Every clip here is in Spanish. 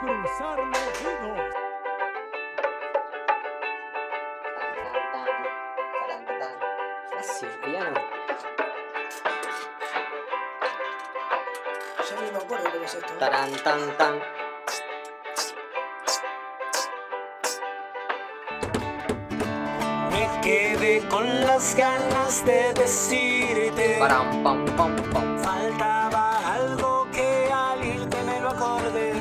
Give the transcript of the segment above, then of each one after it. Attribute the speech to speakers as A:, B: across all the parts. A: cruzar los dedos.
B: Fácil, piano.
C: Ya ni me acuerdo cómo es esto.
B: Tarán, tan, tan.
D: Me quedé con las ganas de decirte.
B: Param, pam, pam, pam.
D: Faltaba algo que al irte me lo acordé.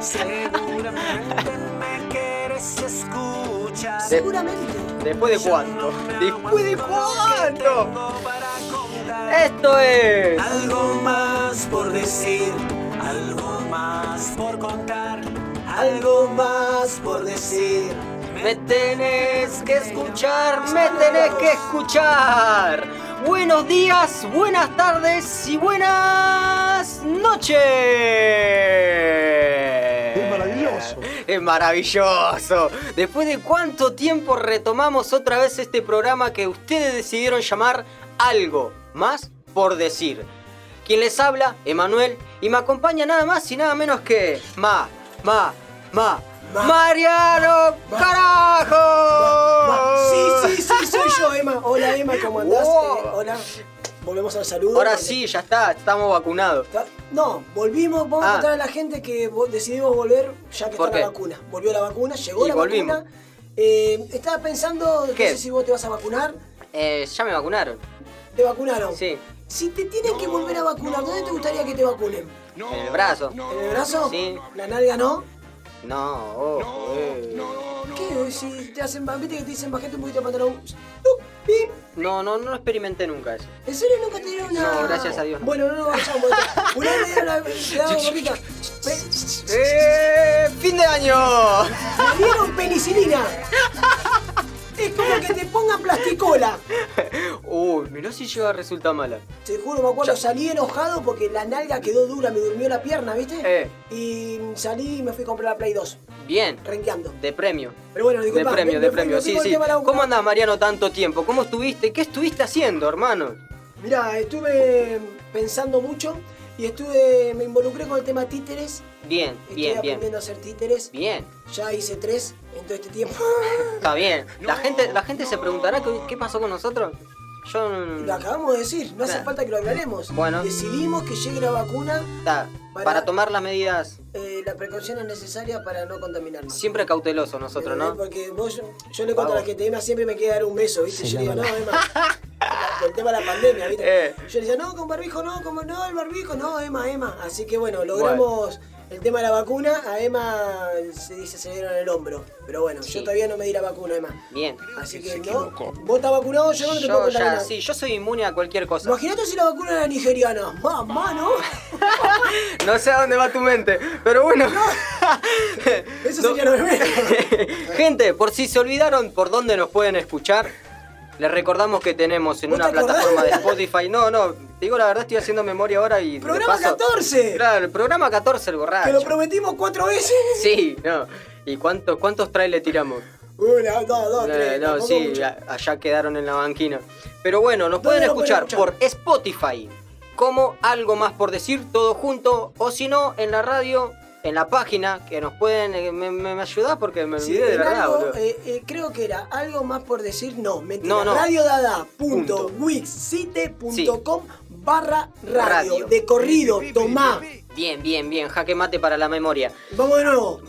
D: Seguramente me quieres escuchar.
B: De-
C: Seguramente.
B: ¿Después de
D: Yo no
B: cuánto?
D: me
B: ¿Después
D: acuerdo lo
B: de
D: que
B: cuánto? Eh,
D: tengo para contar.
B: Esto es.
D: Algo más por decir, algo más por contar, algo más por decir.
B: Me tenés que escuchar, me tenés que escuchar. Buenos días, buenas tardes y buenas noches. Es
A: maravilloso.
B: Es maravilloso. Después de cuánto tiempo retomamos otra vez este programa que ustedes decidieron llamar Algo más por decir. Quien les habla, Emanuel, y me acompaña nada más y nada menos que Ma, Ma, Ma,
C: Ma.
B: Mariano Carajo.
C: Sí, sí, sí, soy yo, Emma. Hola, Emma, ¿cómo andás?
B: Wow.
C: Eh, hola. Volvemos al saludo.
B: Ahora
C: Porque-
B: sí, ya está, estamos vacunados.
C: Ta- No, volvimos. Vamos
B: Ah.
C: a contar a la gente que vo- decidimos volver ya que
B: ¿Por
C: está
B: qué?
C: la vacuna. Volvió la vacuna, llegó
B: Y
C: la
B: volvimos.
C: vacuna. Eh, estaba pensando,
B: ¿Qué?
C: no sé si vos te vas a vacunar.
B: Eh, ya me vacunaron.
C: Te vacunaron.
B: Sí.
C: Si te tienen que volver a vacunar, ¿dónde te gustaría que te vacunen?
B: En el brazo.
C: ¿En el brazo?
B: Sí.
C: ¿La nalga no?
B: No, ojo, eh.
C: ¿Qué? Si te hacen, viste que te dicen bajete un poquito el pantalón. ¡Tup! ¡Pip!
B: No, no, no experimenté nunca eso.
C: ¿En serio nunca te dieron una...?
B: No, gracias a Dios, no.
C: Bueno, no nos vayamos. Una vez me dieron la- me daban gomita. Me-
B: ¡Eh! ¡Fin de año!
C: Me dieron penicilina. Es como que te pongan plasticola.
B: Uy, mirá si llega resulta mala.
C: Te juro, me acuerdo, salí enojado porque la nalga quedó dura, me durmió la pierna, ¿viste?
B: Eh.
C: Y salí y me fui a comprar la Play 2,
B: Bien,
C: renqueando.
B: de premio.
C: Pero bueno,
B: De
C: disculpa.
B: premio,
C: me-
B: de
C: me fui-
B: premio,
C: me fui
B: sí,
C: con el
B: sí.
C: tema de la-
B: ¿Cómo andás, Mariano, tanto tiempo? ¿Cómo estuviste? ¿Qué estuviste haciendo, hermano?
C: Mirá, estuve pensando mucho y estuve, me involucré con el tema títeres.
B: Bien,
C: Estoy
B: bien,
C: aprendiendo
B: bien.
C: a hacer títeres.
B: Bien,
C: Ya hice tres en todo este tiempo.
B: está bien. La gente, la gente se preguntará qué, qué pasó con nosotros. Yo no-
C: Lo acabamos de decir, no hace
B: Claro.
C: falta que lo hablaremos.
B: Bueno.
C: Decidimos que llegue la vacuna,
B: está,
C: Para-
B: para tomar las medidas
C: eh, la precaución es necesaria para no contaminarnos.
B: siempre cautelosos nosotros, ¿no?
C: Porque vos, yo le cuento a la
B: Vamos.
C: gente, Emma siempre me quiere dar un beso, ¿viste? yo le digo, no, Emma. Por el tema de la pandemia, ¿viste?
B: Eh.
C: Yo le decía, no, con barbijo no, como no, el barbijo no, Emma, Emma. Así que bueno, logramos el tema de la vacuna. A Emma se dice se le dieron el hombro. Pero bueno,
B: Sí.
C: yo todavía no me di la vacuna, Emma.
B: Bien.
C: Así que no. Vos estás vacunado, yo no te puedo
B: Yo ya,
C: contaminar.
B: sí, yo soy inmune a cualquier cosa.
C: Imagínate si la vacuna era nigeriana. Mamá, ¿no?
B: No sé a dónde va tu mente, pero bueno.
C: Eso sería lo de menos.
B: Gente, por si se olvidaron por dónde nos pueden escuchar, les recordamos que tenemos en
C: ¿Vos
B: una
C: te acordás?
B: plataforma de Spotify. No, no, te digo la verdad, estoy haciendo memoria ahora y. de
C: Programa
B: paso-
C: 14.
B: Claro, el programa 14, el
C: Que lo
B: borracho.
C: prometimos cuatro veces.
B: Sí, no. ¿Y cuántos, cuántos trailers le tiramos?
C: Una, dos, dos,
B: Eh,
C: tres.
B: no,
C: tampoco
B: sí,
C: mucho.
B: a- allá quedaron en la banquina. Pero bueno, nos
C: ¿Dónde
B: pueden
C: nos pueden
B: escuchar,
C: escuchar?
B: por Spotify, como algo más por decir, todo junto, o si no, en la radio, en la página, que nos pueden. eh, me, me, me ayudás porque me
C: Sí,
B: olvidé de
C: en
B: verdad,
C: algo,
B: boludo.
C: eh, eh, creo que era algo más por decir, no, mentira.
B: No, no. Punto.
C: Radiodada.wixsite.com barra radio.
B: Radio.
C: De corrido, tomá.
B: Bien, bien, bien, jaque mate para la memoria.
C: Vamos de nuevo.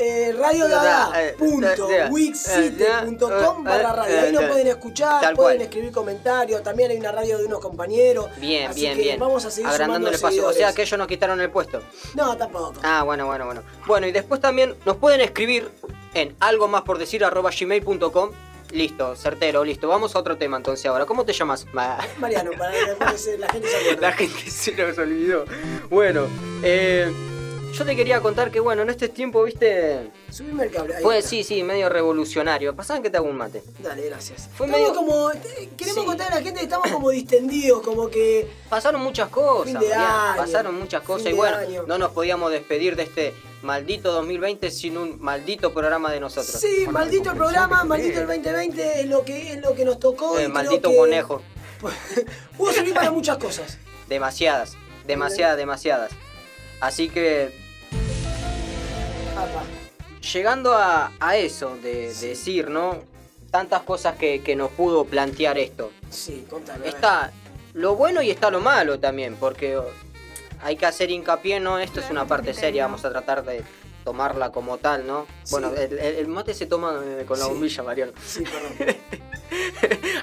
C: Eh, radiodada.wixsite.com barra radio. Ahí nos pueden escuchar,
B: eh, Tal
C: pueden
B: cual.
C: escribir comentarios. También hay una radio de unos compañeros.
B: Bien,
C: Así
B: bien,
C: que
B: bien.
C: Vamos a seguir
B: Agrandando el
C: sumando
B: espacio. O sea
C: seguidores.
B: que ellos nos quitaron el puesto.
C: No, tampoco.
B: Ah, bueno, bueno, bueno. Bueno, y después también nos pueden escribir en algo más por decir arroba gmail.com. Listo, certero, listo. Vamos a otro tema entonces ahora. ¿Cómo te llamas? Ma-
C: Mariano, para que después la gente se acuerde.
B: La gente se nos olvidó. Bueno, eh, yo te quería contar que, bueno, en este tiempo, viste.
C: Subime el cable. ahí
B: Fue,
C: está.
B: Pues sí, sí, medio revolucionario. Pasaban que te hago un mate.
C: Dale, gracias.
B: Fue
C: estamos
B: medio-
C: como. eh, Queremos
B: Sí.
C: contar a la gente que estamos como distendidos, como que.
B: Pasaron muchas cosas,
C: Fin de
B: Mariano,
C: año,
B: pasaron muchas
C: fin
B: cosas
C: de
B: y bueno,
C: año.
B: no nos podíamos despedir de este maldito 2020 sin un maldito programa de nosotros. Eh,
C: Sí, maldito el programa, maldito el 2020, es lo que, es lo que nos tocó. y
B: Eh,
C: creo
B: maldito
C: que
B: conejo,
C: Pudo servir para muchas cosas.
B: demasiadas, demasiadas, demasiadas. Así que
C: Apa.
B: Llegando a, a eso de, de decir, ¿no? Tantas cosas que, que nos pudo plantear esto.
C: Sí, contame. a ver.
B: Está lo bueno y está lo malo también, porque oh, hay que hacer hincapié, ¿no? Esto es una parte seria, vamos a tratar de tomarla como tal, ¿no? Bueno, el, el- el mate se toma eh, con la
C: Sí.
B: bombilla, Mariano.
C: Sí, perdón.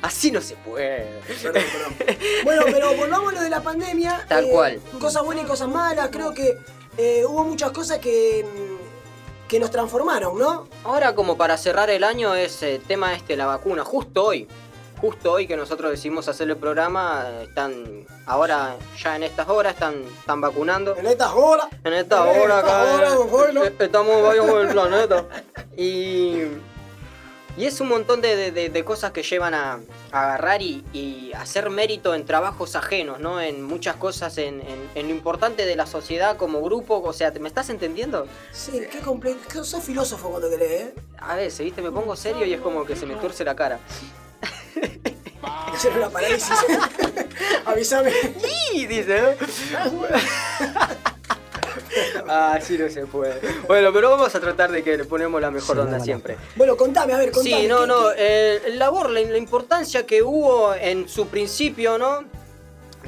B: Así no se puede.
C: Perdón, perdón. Bueno, pero volvamos a lo de la pandemia. Eh,
B: Tal cual.
C: Cosas buenas y cosas malas. Creo que eh, hubo muchas cosas que, mm, que nos transformaron, ¿no?
B: Ahora como para cerrar el año es el tema este, la vacuna. Justo hoy, justo hoy que nosotros decidimos hacer el programa, eh, están ahora, ya en estas horas, están, están vacunando.
C: En estas horas.
B: En esta hora acá,
C: hora,
B: eh,
C: don Pablo.
B: eh, estamos varios por el planeta. Y, y es un montón de, de- de- de cosas que llevan a, a agarrar y, y hacer mérito en trabajos ajenos, ¿no? En muchas cosas, en, en- en lo importante de la sociedad como grupo. O sea, ¿te- ¿me estás entendiendo?
C: Sí, qué complejo. Sos filósofo cuando querés, ¿eh?
B: A veces, ¿viste? Me pongo serio y es como que se me tuerce la cara.
C: Hicieron una parálisis. Avísame.
B: ¡Y! Dice,
C: ¿eh?
B: ¿no? Ah, sí, no se puede. Bueno, pero vamos a tratar de que le ponemos la mejor onda siempre.
C: Bueno, contame, a ver, contame.
B: Sí, no,
C: ¿qué-
B: no,
C: qué-
B: eh, el labor, la, la importancia que hubo en su principio, ¿no?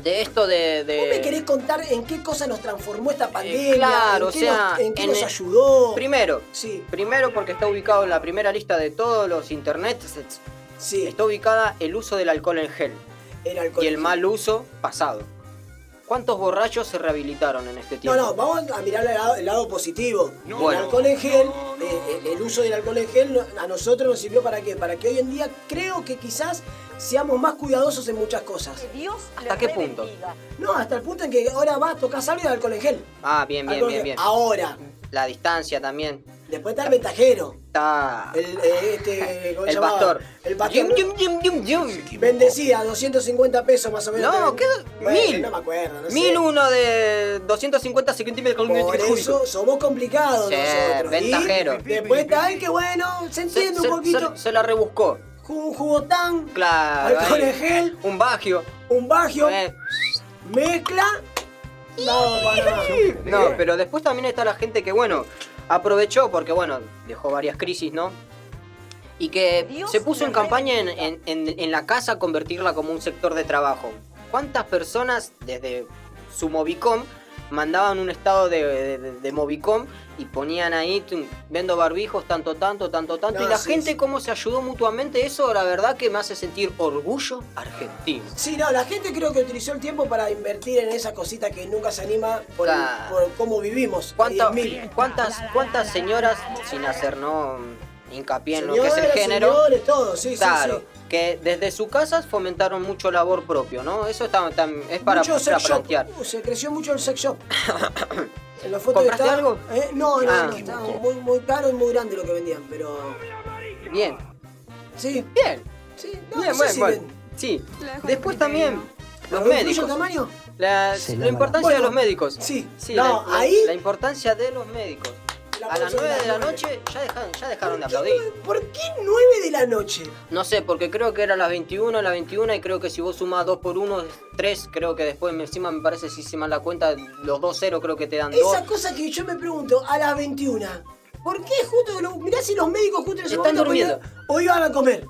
B: De esto de... de-
C: ¿Vos me querés contar en qué cosa nos transformó esta pandemia?
B: eh, claro,
C: en qué
B: o sea,
C: nos, en qué
B: en
C: nos
B: el-
C: ayudó.
B: Primero,
C: Sí,
B: primero porque está ubicado en la primera lista de todos los internets,
C: sí,
B: está ubicada el uso del alcohol en gel
C: el alcohol.
B: y el mal uso pasado. ¿Cuántos borrachos se rehabilitaron en este
C: No,
B: tiempo?
C: no, vamos a mirar el lado, el lado positivo.
B: Bueno.
C: el alcohol en gel, eh, eh, el uso del alcohol en gel no- a nosotros nos sirvió para qué? Para que hoy en día creo que quizás seamos más cuidadosos en muchas cosas.
E: Dios
B: ¿Hasta
E: lo
B: qué punto?
E: rebendiga.
C: No, hasta el punto en que ahora vas, tocas algo y alcohol en gel.
B: Ah, bien, bien,
C: Alcohol en
B: bien, bien.
C: gel. Ahora,
B: La distancia también.
C: después está el ventajero.
B: Está...
C: El, eh, este, ¿cómo se
B: El
C: llamaba?
B: pastor.
C: El
B: Yum,
C: pastor.
B: yum, yum, yum, yum.
C: Bendecida, 250 pesos más o menos.
B: No,
C: Te-
B: ¿qué?
C: Bueno,
B: Mil.
C: No me acuerdo, no sé.
B: Mil uno de 250 centímetros
C: Por eso somos complicados
B: Sí,
C: nosotros. Y
B: ventajero.
C: después está el que, bueno, se
B: Se,
C: entiende
B: se-
C: un poquito.
B: se- se la rebuscó.
C: Un jugotán.
B: Claro.
C: Alcohol
B: ahí.
C: en gel.
B: Un bagio.
C: Un bagio.
B: eh.
C: Mezcla. No, para
B: No, pero después también está la gente que, bueno, aprovechó porque, bueno, dejó varias crisis, ¿no? Y que
E: Dios
B: se puso
E: me
B: en campaña en,
E: bendiga.
B: en- en- en la casa a convertirla como un sector de trabajo. ¿Cuántas personas desde su Movicom mandaban un estado de, de- de- de Movicom y ponían ahí, tum, vendo barbijos, tanto, tanto, tanto, tanto?
C: No,
B: y la
C: sí,
B: gente
C: sí.
B: cómo se ayudó mutuamente, eso la verdad que me hace sentir orgullo argentino.
C: Sí, no, la gente creo que utilizó el tiempo para invertir en esas cositas que nunca se anima por, el-
B: Claro.
C: por cómo vivimos.
B: ¿Cuánta-
C: 10.000.
B: ¿Cuántas, cuántas señoras, sin hacer no hincapié en lo que es el
C: Señoras,
B: género,
C: señores, todo, sí, sí,
B: claro,
C: sí.
B: que desde sus casas fomentaron mucho labor propio, ¿no? Eso está, está- es para,
C: Mucho
B: para
C: sex shop.
B: plantear.
C: Uh, se creció mucho el sex shop. en la foto
B: ¿Compraste
C: está-
B: algo?
C: Eh, no, no,
B: Ah.
C: no, estaba muy, muy caro y muy grande lo que vendían, pero.
B: Bien,
C: Sí,
B: bien,
C: sí, no,
B: bien,
C: no sé
B: bueno,
C: si
B: bueno,
C: ven-
B: Sí, después también los
C: ¿Lo incluyo
B: médicos.
C: el tamaño?
B: La, la importancia de los
C: Bueno,
B: médicos.
C: sí.
B: sí
C: No,
B: la, la-
C: ahí-
B: la importancia de los médicos.
C: El
B: A las
C: aplauso
B: 9 de la
C: nueve.
B: noche ya dejaron, ya dejaron de
C: ¿Por qué
B: aplaudir.
C: nueve- ¿Por qué 9 de la noche?
B: No sé, porque creo que era las 21, las 21 y creo que si vos sumás 2 por 1, 3, creo que después me- encima me parece si se mal la cuenta, los 2 0 creo que te dan 2.
C: Esa cosa que yo me pregunto a las 21. ¿Por qué justo lo, mirá si los médicos justo en ese
B: Están
C: momento
B: durmiendo.
C: comían- o iban a comer?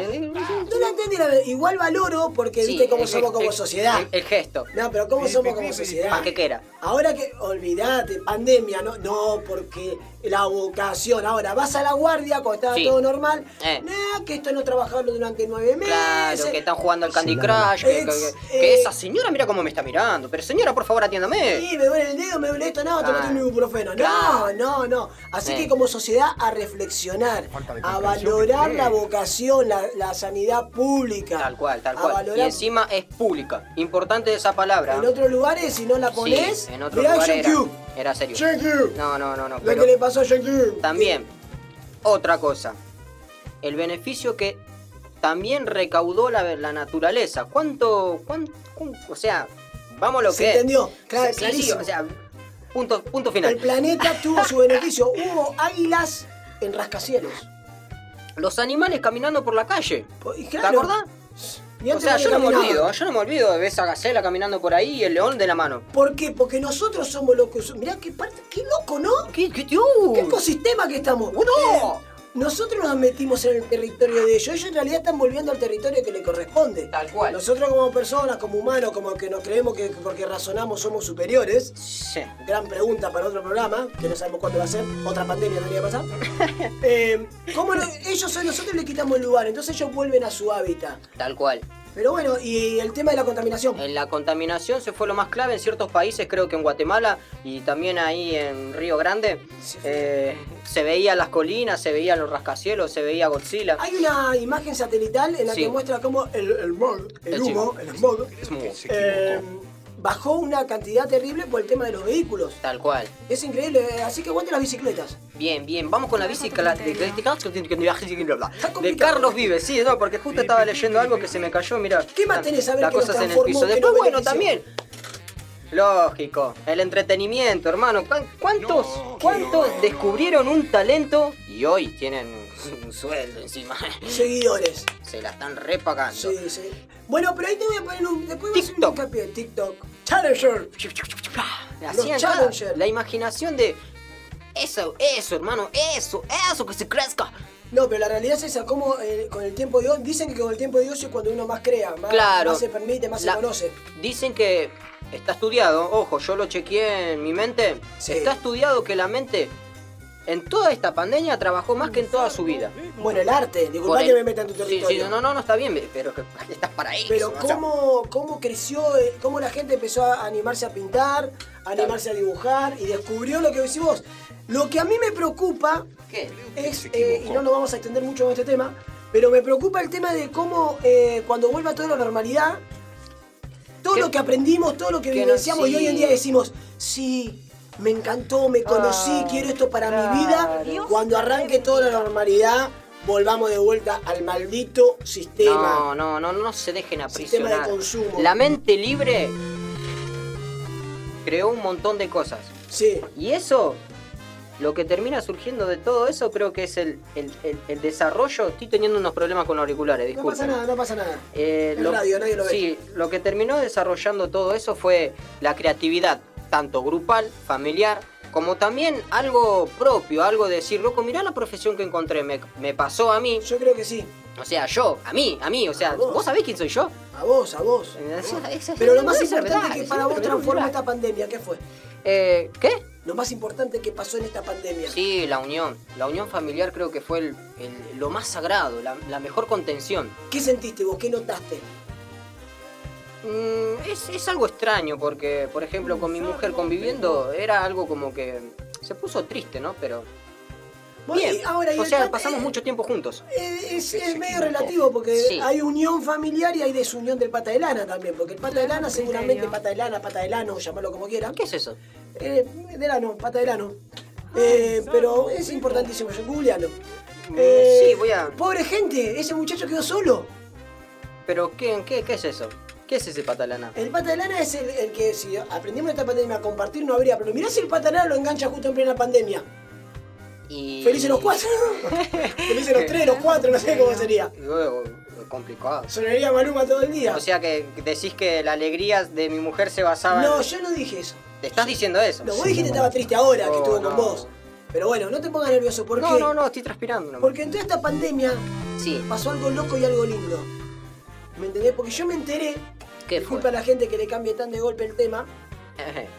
B: Eh,
C: No la entendí, la- igual valoro porque viste cómo somos como sociedad.
B: El, el gesto,
C: no, pero cómo somos como sociedad.
B: pa' que quiera.
C: Ahora que, olvidate, pandemia, no, no, porque la vocación. Ahora vas a la guardia cuando estaba
B: Sí.
C: todo normal.
B: Eh.
C: Nah, que esto no trabajaron durante nueve meses.
B: Claro, que están jugando al Candy Crush, que,
C: Ex-
B: que- que
C: eh.
B: esa señora mira cómo me está mirando, pero señora, por favor, atiéndame.
C: Sí, me duele el dedo, me duele esto, no,
B: Claro.
C: tomate un ibuprofeno. No,
B: Claro. Eh.
C: no, no. Así
B: Sí.
C: que como sociedad a reflexionar, a valorar la vocación, la, la sanidad pública.
B: Tal cual, tal
C: a
B: cual. Y
C: valorar-
B: encima es pública. Importante esa palabra.
C: En otros lugares, si no la
B: Sí,
C: pones,
B: en otro
C: mirá,
B: lugar era,
C: Shaq-Yu.
B: era serio.
C: Shaq-Yu.
B: No, no, no, no.
C: Lo
B: pero-
C: que le pasó a Shaq-Yu.
B: También, otra cosa, el beneficio que también recaudó la, la naturaleza. ¿Cuánto, cuán- cuán- O sea, vamos a lo
C: Se
B: que es.
C: entendió, claro,
B: Sí, sí,
C: clarísimo.
B: o sea, punto, punto
C: El
B: final.
C: planeta tuvo su beneficio. Hubo águilas en rascacielos.
B: Los animales caminando por la calle.
C: Y
B: ¿Te
C: Pues, claro,
B: acordás?
C: Y
B: O
C: antes
B: sea,
C: cuando
B: yo no me
C: caminaba-
B: olvido, yo no me olvido de esa gacela caminando por ahí y el león de la mano.
C: ¿Por qué? Porque nosotros somos locos. Mirá qué parte, qué loco, ¿no?
B: ¿Qué, qué
C: ¿Qué uh? ecosistema que estamos?
B: ¡Uno!
C: Eh, Nosotros nos metimos en el territorio de ellos. Ellos en realidad están volviendo al territorio que le corresponde.
B: Tal cual.
C: Nosotros como personas, como humanos, como que nos creemos que porque razonamos somos superiores.
B: Sí.
C: Gran pregunta para otro programa, que no sabemos cuándo va a ser. Otra pandemia tendría que pasar. Eh, ¿Cómo no- ellos a nosotros le quitamos el lugar? Entonces ellos vuelven a su hábitat.
B: Tal cual.
C: Pero bueno, y el tema de la contaminación.
B: En la contaminación se fue lo más clave en ciertos países, creo que en Guatemala y también ahí en Río Grande.
C: Sí.
B: eh, se veían las colinas, se veían los rascacielos, se veía Godzilla.
C: Hay una imagen satelital en la
B: Sí.
C: que muestra cómo el, el smog, el,
B: El
C: humo,
B: chico.
C: el smog,
B: Es muy-
D: Se
C: eh,
D: equivocó.
C: bajó una cantidad terrible por el tema de los vehículos.
B: Tal cual.
C: Es increíble, eh, así que aguante las bicicletas.
B: Bien, bien, vamos con la bici cala- de, este de- de- de
C: complicado.
B: Carlos Vives, sí, no, porque justo estaba leyendo algo que se me cayó, mira.
C: ¿Qué más tenés? A ver,
B: Las
C: que nos
B: cosas en el piso.
C: transformó, que
B: Después,
C: nos
B: bueno,
C: benefició.
B: también. Lógico, el entretenimiento, hermano. ¿Cuán- ¿Cuántos, cuántos descubrieron un talento y hoy tienen un sueldo encima?
C: Seguidores.
B: Se la están repagando.
C: Sí, sí. Bueno, pero ahí te voy a poner un. Después voy a hacer un
B: TikTok.
C: hincapié. TikTok. Challenger.
B: Hacían
C: Los
B: cada-
C: Challenger.
B: la imaginación de eso, eso, hermano, eso, eso que se crezca.
C: No, pero la realidad es esa, como eh, con el tiempo de Dios. Dicen que con el tiempo de Dios es cuando uno más crea, más,
B: Claro.
C: Ah, más se permite, más
B: La-
C: se conoce.
B: Dicen que está estudiado, ojo, yo lo chequeé en mi mente.
C: Sí.
B: Está estudiado que la mente en toda esta pandemia trabajó más que en toda su vida.
C: Bueno, el arte,
B: Por
C: disculpa
B: el-
C: que me meta en tu
B: Sí,
C: territorio.
B: sí, no, no, no está bien, pero que estás para eso.
C: Pero
B: o sea,
C: cómo, cómo creció, eh, cómo la gente empezó a animarse a pintar, a animarse a dibujar y descubrió lo que decís vos. Lo que a mí me preocupa
B: ¿Qué?
C: es,
D: Se
C: eh, y
D: equivocó.
C: no nos vamos a extender mucho con este tema, pero me preocupa el tema de cómo eh, cuando vuelva toda la normalidad, todo
B: Que-
C: lo que aprendimos, todo lo que
B: que no-
C: vivenciamos y hoy en día
B: sí.
C: decimos, sí, me encantó, me conocí,
B: Ah,
C: quiero esto para mi
B: claro.
C: vida, cuando arranque toda la normalidad, volvamos de vuelta al maldito sistema.
B: No, no, no, no se dejen
C: Sistema de
B: aprisionar.
C: consumo.
B: La mente libre creó un montón de cosas.
C: Sí.
B: Y eso, lo que termina surgiendo de todo eso, creo que es el, el- el- el desarrollo. Estoy teniendo unos problemas con auriculares,
C: No
B: disculpen.
C: pasa nada, no pasa nada.
B: Eh,
C: Es radio, nadie lo ve.
B: Sí, lo que terminó desarrollando todo eso fue la creatividad, tanto grupal, familiar, como también algo propio, algo de decir, loco, mirá la profesión que encontré, me, me pasó a mí,
C: Yo creo que sí.
B: o sea, yo, a mí, a mí, o sea,
C: A vos.
B: ¿vos sabés quién soy yo?
C: A vos, a vos.
B: Esa- esa-
C: Pero lo
B: esa-
C: más
B: esa
C: importante
B: verdad,
C: que
B: esa
C: para vos
B: verdad.
C: transforma esta pandemia, ¿qué fue?
B: Eh, ¿Qué?
C: Lo más importante que pasó en esta pandemia.
B: Sí, la unión. La unión familiar creo que fue el- el- lo más sagrado, la, la mejor contención.
C: ¿Qué sentiste vos? ¿Qué notaste?
B: Mm, es, es algo extraño porque, por ejemplo, con mi mujer conviviendo era algo como que se puso triste, ¿no? Pero
C: Bueno,
B: bien.
C: y ahora, y
B: o
C: el
B: sea,
C: plan-
B: pasamos
C: eh,
B: mucho tiempo juntos.
C: eh, Es,
D: Se-
C: es
D: se
C: medio
D: equivocó.
C: relativo porque
B: Sí.
C: hay unión familiar y hay desunión del pata de lana también. Porque el pata de lana, seguramente pata de lana, pata de lano, llamarlo como quieran.
B: ¿Qué es eso?
C: Eh, de lano, pata de lano. Eh, pero es importantísimo, yo googlealo. eh,
B: sí, voy a-
C: Pobre gente, ese muchacho quedó solo.
B: Pero qué, qué, qué es eso? ¿Qué es ese patalana?
C: El pata de lana es el, el que si aprendimos esta pandemia a compartir no habría, pero mirá si el pata de lana lo engancha justo en plena pandemia.
B: Y...
C: Felices los cuatro. Felices los tres, los cuatro, no sé cómo sería.
B: Luego, complicado.
C: Sonaría Maluma todo el día.
B: O sea que decís que la alegría de mi mujer se basaba
C: No,
B: en...
C: yo no dije eso.
B: ¿Te estás diciendo eso?
C: No, vos dijiste que estaba triste ahora que
B: Oh,
C: estuvo
B: no.
C: con vos. Pero bueno, no te pongas nervioso porque,
B: no, no, no, estoy transpirando. nomás.
C: porque en toda esta pandemia
B: Sí,
C: pasó algo loco y algo lindo. ¿Me entendés? Porque yo me enteré,
B: ¿qué fue?
C: disculpa a la gente que le cambie tan de golpe el tema,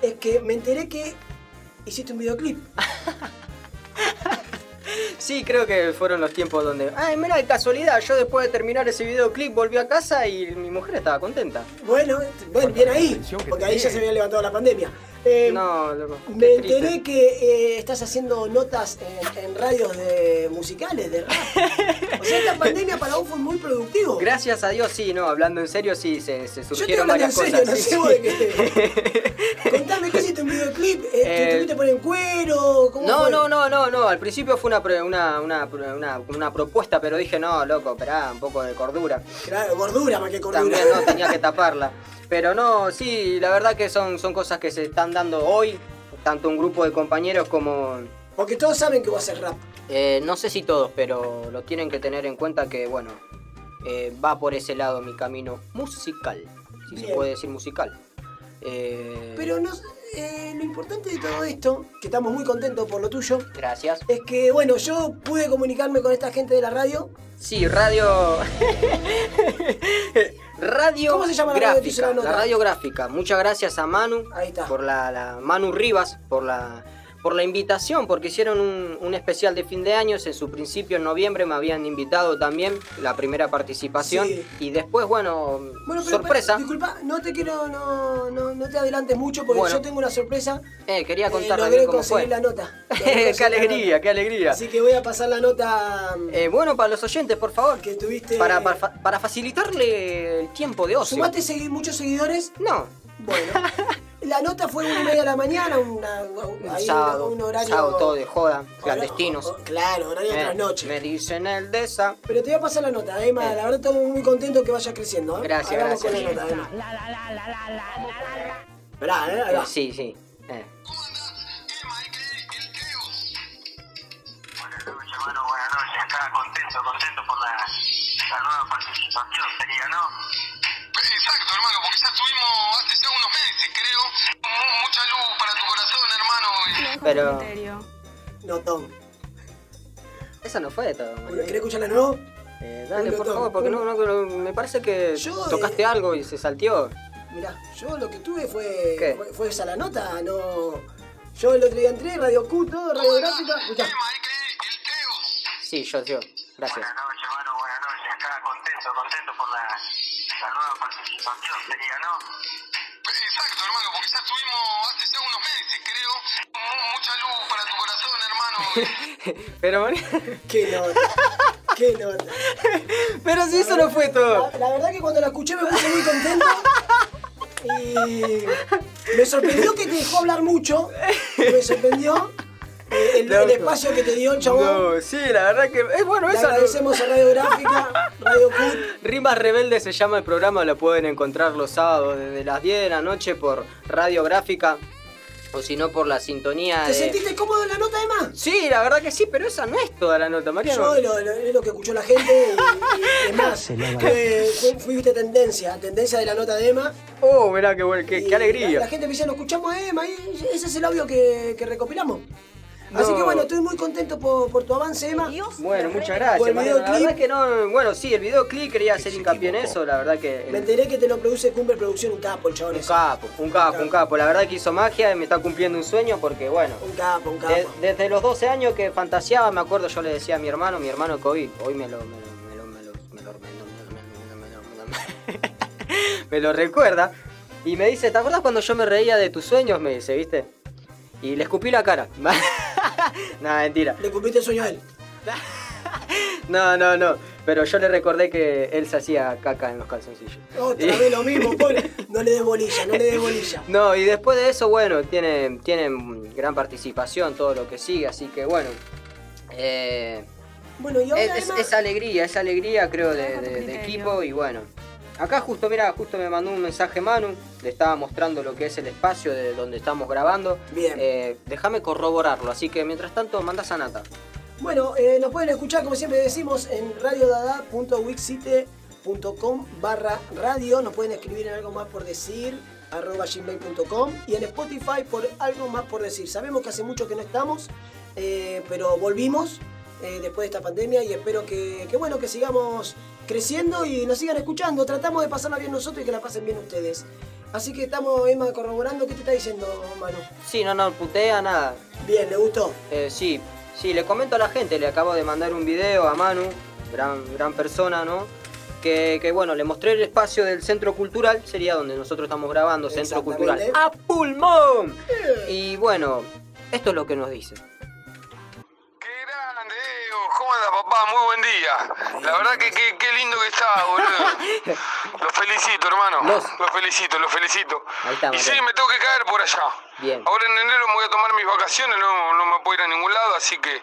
C: es que me enteré que hiciste un videoclip.
B: Ah. Sí, creo que fueron los tiempos donde... Ay, mira, de casualidad, yo después de terminar ese videoclip volví a casa y mi mujer estaba contenta.
C: Bueno, bueno, bien ahí,
A: atención que
C: porque
A: te
C: ahí ya
A: dé.
C: se había levantado la pandemia. Eh,
B: No, loco, qué
C: Me
B: triste.
C: enteré que eh, estás haciendo notas en, en radios de musicales, de rap. O sea, esta pandemia para vos fue muy productivo.
B: Gracias a Dios, sí, no, hablando en serio, sí, se, se
C: Yo te
B: surgieron
C: hablo
B: varias
C: en serio,
B: cosas.
C: no
B: sí,
C: sé
B: sí.
C: vos de qué. Contame, ¿qué hiciste un videoclip? Eh,
B: Eh,
C: ¿Te tuviste por en cuero? ¿Cómo
B: No,
C: fue?
B: no, no, no, no. Al principio fue una, pro- una, una, una, una propuesta, pero dije, no, loco, esperá, un poco de cordura.
C: Claro, gordura más que cordura.
B: También no tenía que taparla. Pero no, sí, la verdad que son, son cosas que se están dando hoy, tanto un grupo de compañeros como.
C: Porque todos saben que vos haces rap.
B: eh, no sé si todos, pero lo tienen que tener en cuenta que, bueno, eh, va por ese lado mi camino musical, si se
C: Bien.
B: puede decir musical. Eh,
C: Pero no, eh, lo importante de todo esto, que estamos muy contentos por lo tuyo,
B: Gracias.
C: es que, bueno, yo pude comunicarme con esta gente de la radio.
B: Sí, radio. radio.
C: ¿Cómo se llama la radio? Te
B: gráfica,
C: hice la
B: la
C: nota.
B: radio gráfica. Muchas gracias a Manu.
C: Ahí está.
B: Por la, la- Manu Rivas, por la, por la invitación, porque hicieron un, un especial de fin de año. En su principio, en noviembre, me habían invitado también la primera participación.
C: Sí.
B: Y después, bueno,
C: Bueno, pero,
B: sorpresa.
C: pero, disculpa, no te quiero, no, no, no te adelantes mucho porque
B: Bueno.
C: yo tengo una sorpresa.
B: Eh, quería
C: Eh,
B: contarles
C: logré
B: bien cómo
C: conseguir
B: fue.
C: la nota. Logré conseguir
B: qué
C: la
B: alegría,
C: nota.
B: qué alegría.
C: Así que voy a pasar la nota mm,
B: Eh, bueno, para los oyentes, por favor.
C: que tuviste.
B: Para, para, para facilitarle el tiempo de ocio.
C: Sumaste segui- muchos seguidores.
B: No,
C: Bueno. la nota fue una y media de la mañana, una,
B: Un
C: ahí
B: sábado,
C: un horario.
B: sábado todo de joda, clandestinos.
C: Hora- Claro, horario
B: Eh,
C: tras noche.
B: Me dicen el de esa.
C: Pero te voy a pasar la nota, Emma.
B: Eh.
C: La verdad estamos muy contentos que vayas creciendo. ¿eh?
B: Gracias,
C: Ahí vamos
B: gracias.
C: con la nota, Emma. Esperá, ¿eh? Ahí
B: Eh,
C: va.
B: sí, sí. eh.
E: Buenas noches, hermano, buenas noches. Acá contento, contento por la, la nueva participación, sería, ¿no?
F: Exacto, hermano, porque ya estuvimos hace ya unos meses, creo. Mu- Mucha luz para tu corazón, hermano. y-
B: Pero
C: Notón.
B: esa no fue de todo. Manuel.
C: ¿Querés escucharla de nuevo?
B: Eh, dale,
C: Un
B: por
C: notón,
B: favor, porque
C: un-
B: no, no, no, me parece que
C: Yo, eh,
B: tocaste algo y se salteó.
C: Mirá, yo lo que tuve
B: ¿Qué?
C: fue, fue, fue esa la nota, no. Yo el otro día entré, Radio Q, todo, Radio Gráfica. Escuchá,
F: Emma, hay que- el Teo.
B: Sí, yo, yo. Gracias.
E: Buenas noches, hermano, buenas noches. Acá contento, contento por la, la nueva participación, sería, ¿no?
F: Exacto, hermano, porque ya estuvimos hace ya unos meses, creo. Mu- Mucha luz para tu corazón, hermano. y-
B: Pero, Manuel,
C: qué nota. qué nota.
B: pero si eso no fue todo.
C: La, la verdad que cuando la escuché me puse muy contento. Y me sorprendió que te dejó hablar mucho. Me sorprendió eh, el, el
B: Loco.
C: espacio que te dio el chabón.
B: No, sí, la verdad que. Es bueno,
C: Le
B: esa no-
C: agradecemos a Radio Gráfica, Radio Cut.
B: Rimas Rebeldes se llama el programa, lo pueden encontrar los sábados desde las 10 de la noche por Radio Gráfica o si no por la sintonía
C: ¿Te
B: de...
C: sentiste cómodo en la nota de más?
B: Sí, la verdad que sí, pero esa no es toda la nota, Mariano.
C: Yo lo, lo- es lo que escuchó la gente y, y- y es más, fue- fue- fuiste tendencia, tendencia de la nota de Emma.
B: Oh, mirá qué, buen- qué,
C: Y
B: qué
C: la- La,
B: alegría.
C: gente me decía, lo escuchamos a Emma, y ese es el audio que, que recopilamos. Así
B: No.
C: que bueno, estoy muy contento por, por tu avance, Emma.
B: Bueno, muchas gracias,
C: Buen
B: Mariano. La
C: videoclip.
B: verdad que no... Bueno, sí, el videoclip quería hacer hincapié en eso, la verdad que...
C: Me enteré que te lo produce Cumber Producción, un capo, el chabón.
B: Un
C: ese.
B: capo, un capo, un capo. La verdad que hizo magia y me está cumpliendo un sueño porque, bueno...
C: Un capo, un capo.
B: de- desde los 12 años que fantaseaba, me acuerdo, yo le decía a mi hermano, mi hermano que hoy, hoy me lo, me lo, me lo, me lo, me lo, me lo- me lo- me lo- me lo- me lo recuerda. Y me dice, ¿te acuerdas cuando yo me reía de tus sueños? Me dice, ¿viste? Y le escupí la cara. Nada, mentira.
C: Le cumpliste el sueño a él.
B: No, no, no. Pero yo le recordé que él se hacía caca en los calzoncillos.
C: Otra vez lo mismo, pobre. No le des bolilla, no le des bolilla.
B: No, y después de eso, bueno, tienen, tienen gran participación, todo lo que sigue, así que bueno. Eh,
C: Bueno, y ahora
B: es, es-
C: Emma,
B: es alegría, es alegría creo de, de- de equipo y bueno. Acá justo, mira, justo me mandó un mensaje Manu, le estaba mostrando lo que es el espacio de donde estamos grabando.
C: Bien.
B: Eh, Déjame corroborarlo, así que mientras tanto mandás a Nata.
C: Bueno, eh, nos pueden escuchar, como siempre decimos, en radiodada.wixite.com barra radio. Nos pueden escribir en algo más por decir, arroba gmail.com y en Spotify por algo más por decir. Sabemos que hace mucho que no estamos, eh, pero volvimos eh, después de esta pandemia y espero que, que, bueno, que sigamos creciendo y nos sigan escuchando. Tratamos de pasarla bien nosotros y que la pasen bien ustedes. Así que estamos, Emma, corroborando qué te está diciendo, Manu.
B: Sí, no, no, putea, nada.
C: Bien, le gustó.
B: Eh, sí, sí, le comento a la gente, le acabo de mandar un video a Manu, gran, gran persona, ¿no? Que, que, bueno, le mostré el espacio del centro cultural, sería donde nosotros estamos grabando, centro cultural.
C: Exactamente.
B: ¡A pulmón! Y bueno, esto es lo que nos dice.
F: ¡Qué grande, Diego! ¿Cómo anda, papá? Muy buen día. La verdad que que- qué lindo que está, boludo. Los felicito, hermano.
B: Los.
F: Los felicito, los felicito.
B: Ahí está,
F: Y sí,
B: Mariano.
F: me tengo que caer por allá.
B: Bien.
F: Ahora en enero me voy a tomar mis vacaciones, no, no me puedo ir a ningún lado, así que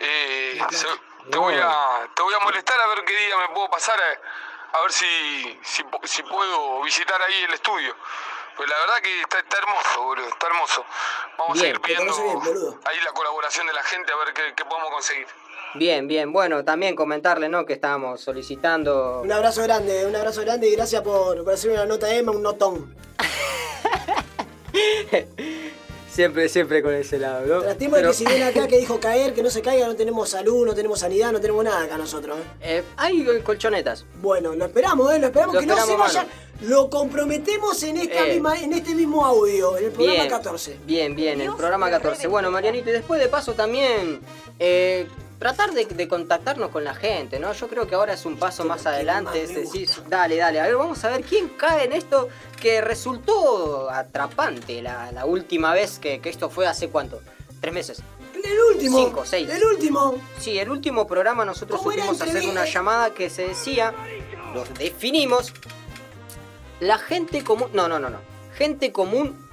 F: eh, se- te, voy a, te voy a molestar a ver qué día me puedo pasar, eh, a, a ver si, si, pu- si puedo visitar ahí el estudio. Pues la verdad que está, está hermoso, boludo, está hermoso. Vamos
B: Bien,
F: a ir
C: me parece
F: pidiendo
C: bien, boludo.
F: ahí la colaboración de la gente a ver qué, qué podemos conseguir.
B: Bien, bien. Bueno, también comentarle, ¿no? Que estábamos solicitando.
C: Un abrazo grande, un abrazo grande y gracias por, por hacer una nota Emma, un notón.
B: Siempre, siempre con ese lado, ¿no?
C: Tratemos
B: Pero-
C: de que si viene acá que dijo caer, que no se caiga, no tenemos salud, no tenemos sanidad, no tenemos nada acá nosotros. ¿eh?
B: Eh, hay eh, colchonetas.
C: Bueno, lo esperamos, ¿eh? lo esperamos
B: Lo
C: que no
B: esperamos,
C: se vaya. Lo comprometemos en, esta
B: Eh.
C: misma, en este mismo audio, en el programa
B: Bien,
C: 14.
B: Bien, bien, el
G: Dios,
B: programa
G: me
B: 14.
G: reventó.
B: Bueno, Marianita, y después de paso también eh, tratar de, de contactarnos con la gente, ¿no? Yo creo que ahora es un paso
C: Esto
B: más
C: es lo que más
B: adelante,
C: me
B: es decir,
C: gusta.
B: dale, dale, a ver, vamos a ver quién cae en esto que resultó atrapante la, la última vez que, que esto fue hace cuánto, tres meses.
C: El último.
B: Cinco, seis.
C: El último.
B: Sí, el último programa nosotros
C: ¿Cómo era
B: supimos hacer
C: entrevista?
B: una llamada que se decía, los definimos, la gente común, no, no, no, no, gente común,